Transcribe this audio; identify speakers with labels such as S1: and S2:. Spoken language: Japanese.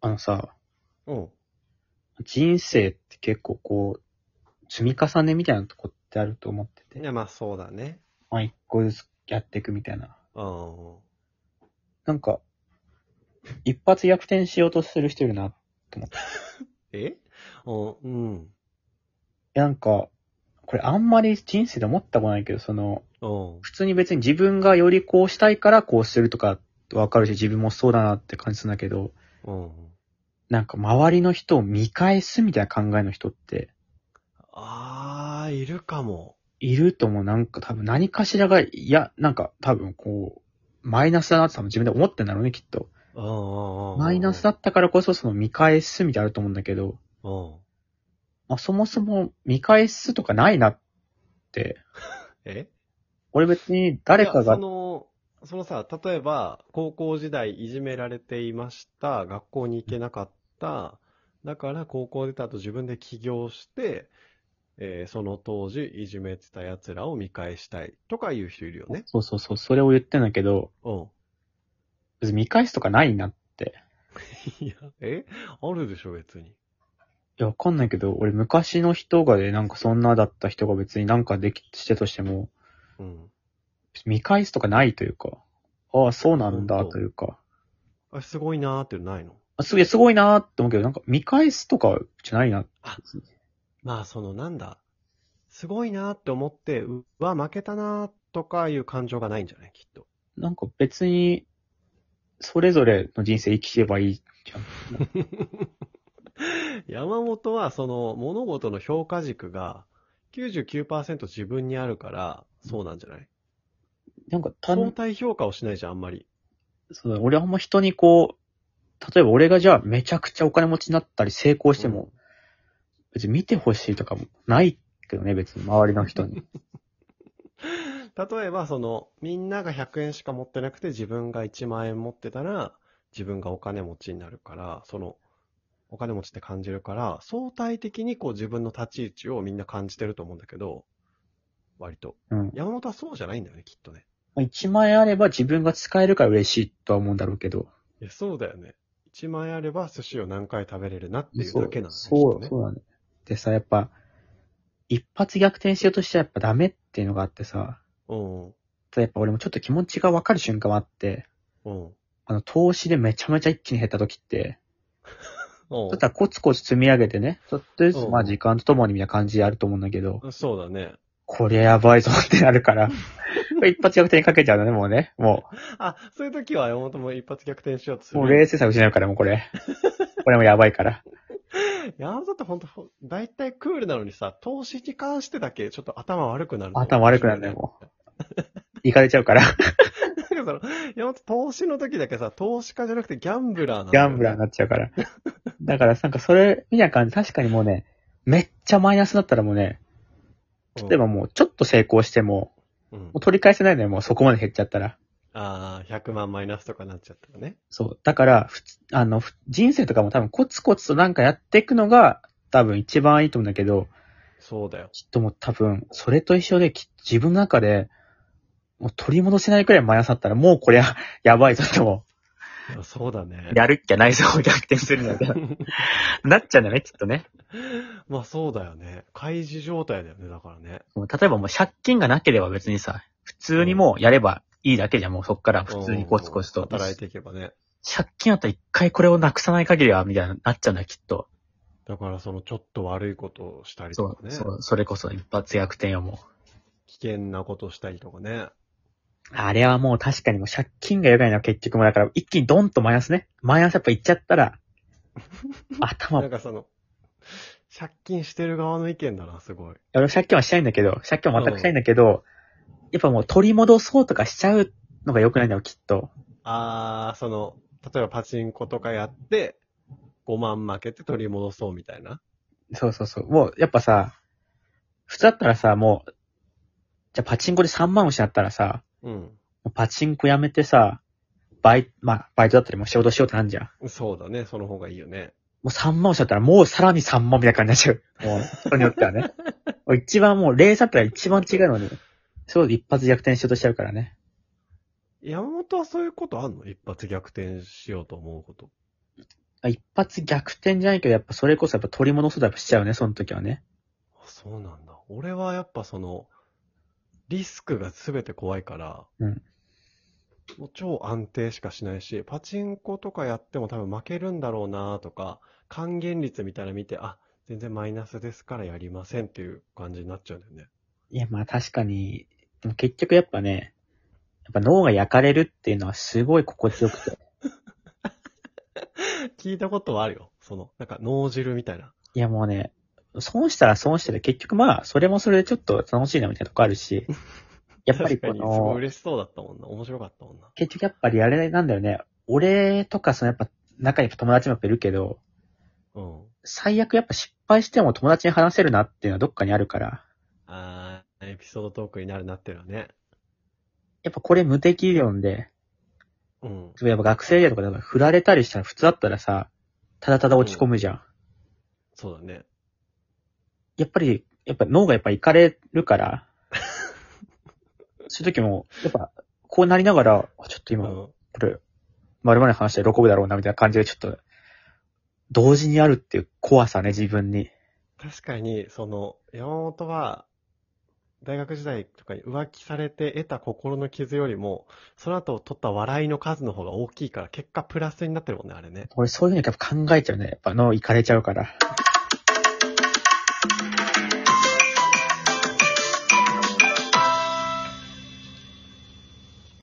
S1: あのさ、
S2: うん。
S1: 人生って結構こう、積み重ねみたいなとこってあると思って
S2: い
S1: て、
S2: や、まあそうだね。
S1: まあ一個ずつやっていくみたいな。
S2: うん。
S1: なんか、一発逆転しようとする人いるな。い
S2: えうん。うん。
S1: やなんか、これあんまり人生で思ったことないけど、その、
S2: うん。
S1: 普通に別に自分がよりこうしたいからこうするとかわかるし、自分もそうだなって感じするんだけど、
S2: うん。
S1: なんか周りの人を見返すみたいな考えの人って、
S2: あー、いるかも。
S1: いるともなんか多分何かしらが、いや、なんか多分こう、マイナスだなって多分自分で思ってんだろうね、きっと。
S2: うんうんうん。
S1: マイナスだったからこそその見返すみたいなのあると思うんだけど、
S2: うん。
S1: まあそもそも見返すとかないなって、
S2: え
S1: 俺別に誰か
S2: いや
S1: が
S2: そ、の、そのさ、例えば、高校時代いじめられていました。学校に行けなかった。だから、高校出た後自分で起業して、えーその当時いじめてた奴らを見返したい。とかいう人いるよね。
S1: そうそうそう、それを言ってんだけど、
S2: うん。
S1: 別に見返すとかないなって。
S2: いや、えあるでしょ、別に。
S1: いや、わかんないけど、俺昔の人がで、なんかそんなだった人が別になんかでき、してとしても、
S2: うん。
S1: 見返すとかないというか、ああ、そうなんだというか、
S2: あ、すごいなーってないの
S1: あすげえすごいなーって思うけど、なんか見返すとかじゃないな。
S2: あまあ、そのなんだ、すごいなーって思って、ううわ、負けたなーとかいう感情がないんじゃないきっと。
S1: なんか別に、それぞれの人生生きればいいじゃん。
S2: 山本は、その物事の評価軸が99%自分にあるから、そうなんじゃない
S1: なんか
S2: 相
S1: 単、
S2: 対評価をしないじゃん、あんまり。
S1: そうだ俺はあんま人にこう、例えば俺がじゃあめちゃくちゃお金持ちになったり成功しても、別に見てほしいとかもないけどね、別に周りの人に。
S2: 例えば、その、みんなが100円しか持ってなくて自分が1万円持ってたら、自分がお金持ちになるから、その、お金持ちって感じるから、相対的にこう自分の立ち位置をみんな感じてると思うんだけど、割と。
S1: うん。
S2: 山本は そうじゃないんだよね、きっとね。
S1: まあ1万円あれば自分が使えるから嬉しいとは思うんだろうけど。
S2: いや、そうだよね。1万円あれば寿司を何回食べれるなっていうだけなんだね
S1: そう、
S2: きっと
S1: そ
S2: ね。
S1: うだね。でさ、やっぱ、一発逆転しようとしてやっぱダメっていうのがあってさ、
S2: うん。
S1: ただやっぱ俺もちょっと気持ちがわかる瞬間もあって、
S2: うん。
S1: あの、投資でめちゃめちゃ一気に減った時って、
S2: う
S1: ただコツコツ積み上げてね、ちょっとずつ
S2: うん
S1: まあ時間とともにみたいな感じであると思うんだけど、
S2: ん。そうだね。
S1: これやばいぞってなるから、これ一発逆転かけちゃうのね、もうね。も
S2: あ、そういう時は山本も一発逆転しようとす
S1: う、
S2: る。
S1: もう冷静さ失うから、もうこれ。これもやばいから。
S2: 山本ってほんと、だいたいクールなのにさ、投資に関してだけちょっと頭悪くなるの。
S1: 頭悪くなるね、もう。いかれちゃう から。
S2: なんかその、山本投資の時だけさ、投資家じゃなくてギャンブラーなん
S1: ギ
S2: だ
S1: ャ
S2: よね
S1: ンブラーになっちゃうから。だから、なんかそれ、みたいな感じ、確かにもうね、めっちゃマイナスだったらもうね、例えばもうちょっと成功しても、
S2: うん。うん
S1: もう取り返せないのよ、もうそこまで減っちゃったら。
S2: ああ、100万マイナスとかなっちゃったらね。
S1: そう。だから、ふつあの、ふ人生とかも多分コツコツとなんかやっていくのが、多分一番いいと思うんだけど、
S2: そうだよ。
S1: きっともう多分、それと一緒で、き自分の中で、もう取り戻せないくらいマイナスだったら、もうこりゃ、 やばいぞとも
S2: いやそうだね
S1: う、。やるっきゃないぞ、逆転するの で、なっちゃうんだよね、きっとね。
S2: まあそうだよね。開示状態だよね、だからね。
S1: もう例えばもう借金がなければ別にさ、普通にもうやればいいだけじゃん、もうそっから普通にコツコツと。
S2: 働いていけばね。
S1: 借金あったら一回これをなくさない限りは、みたいな、なっちゃうんだよ、きっと。
S2: だからそのちょっと悪いことをしたり
S1: そ
S2: と
S1: う
S2: か、ね。
S1: そう、それこそ一発逆転よ、も
S2: 危険なことしたりとかね。
S1: う。あれはもう確かにもう借金がやばいな、結局も。だから一気にドンとマイナスね。マイナスやっぱいっちゃったら、
S2: なん
S1: 頭、
S2: かその、借金してる側の意見だな、すごい。
S1: 俺借金はしたいんだけど、借金は全くしたいんだけど、やっぱもう取り戻そうとかしちゃうのが良くないんだよ、きっと。
S2: あー、その、例えばパチンコとかやって、5万負けて取り戻そうみたいな。
S1: そうそうそう。もう、やっぱさ、普通だったらさ、もう、じゃあパチンコで3万失ったらさ、
S2: うん。
S1: もうパチンコやめてさ、バイ、まあ、バイトだったりもう仕事しようってなんじゃん。も
S2: そうだね、その方がいいよね。
S1: う3万失ったらもうさらに3万みたいな感じになっちゃう。もう、人によってはね。もう一番もう、レーザーってのは一番違うのに、そう一発逆転しようとしちゃうからね。
S2: 山本はそういうことあんの一発逆転しようと思うこと。
S1: 一発逆転じゃないけど、やっぱそれこそやっぱ取り戻そうとやっぱしちゃうね、その時はね。
S2: あそうなんだ。俺はやっぱその、リスクが全て怖いから、
S1: うん
S2: もう超安定しかしないし、パチンコとかやっても多分負けるんだろうなとか、還元率みたいなの見て、あ、全然マイナスですからやりませんっていう感じになっちゃうんだよね。
S1: いや、まあ確かに、でも結局やっぱね、やっぱ脳が焼かれるっていうのはすごい心地よくて。
S2: 聞いたことはあるよ。その、なんか脳汁みたいな。
S1: いやもうね、損したら損したで結局まあ、それもそれでちょっと楽しいなみたいなとこあるし、やっぱりこ
S2: 確かに、すごい
S1: の、
S2: 嬉しそうだったもんな。面白かったもんな。
S1: 結局やっぱりあれなんだよね、俺とかそのやっぱ仲いい友達もやっぱいるけど、
S2: うん。
S1: 最悪やっぱ失敗しても友達に話せるなっていうのはどっかにあるから、
S2: あー、エピソードトークになるなっていうのはね。
S1: やっぱこれ無敵論で、
S2: うん。
S1: やっぱ学生でとかだから振られたりしたら普通だったらさ、ただただ落ち込むじゃん。
S2: そうだね。
S1: やっぱり、やっぱ脳がやっぱいかれるから、そういう時も、やっぱこうなりながら、あちょっと
S2: う
S1: 今、こ
S2: ん。
S1: れ、丸々話して喜ぶだろうなみたいな感じでちょっと、同時にあるっていう怖さね、自分に。
S2: 確かに、その、山本は、大学時代とかに浮気されて得た心の傷よりも、その後取った笑いの数の方が大きいから、結果プラスになってるもんね、あれね。
S1: 俺そういうのやっぱ考えちゃうね。やっぱ脳いかれちゃうから。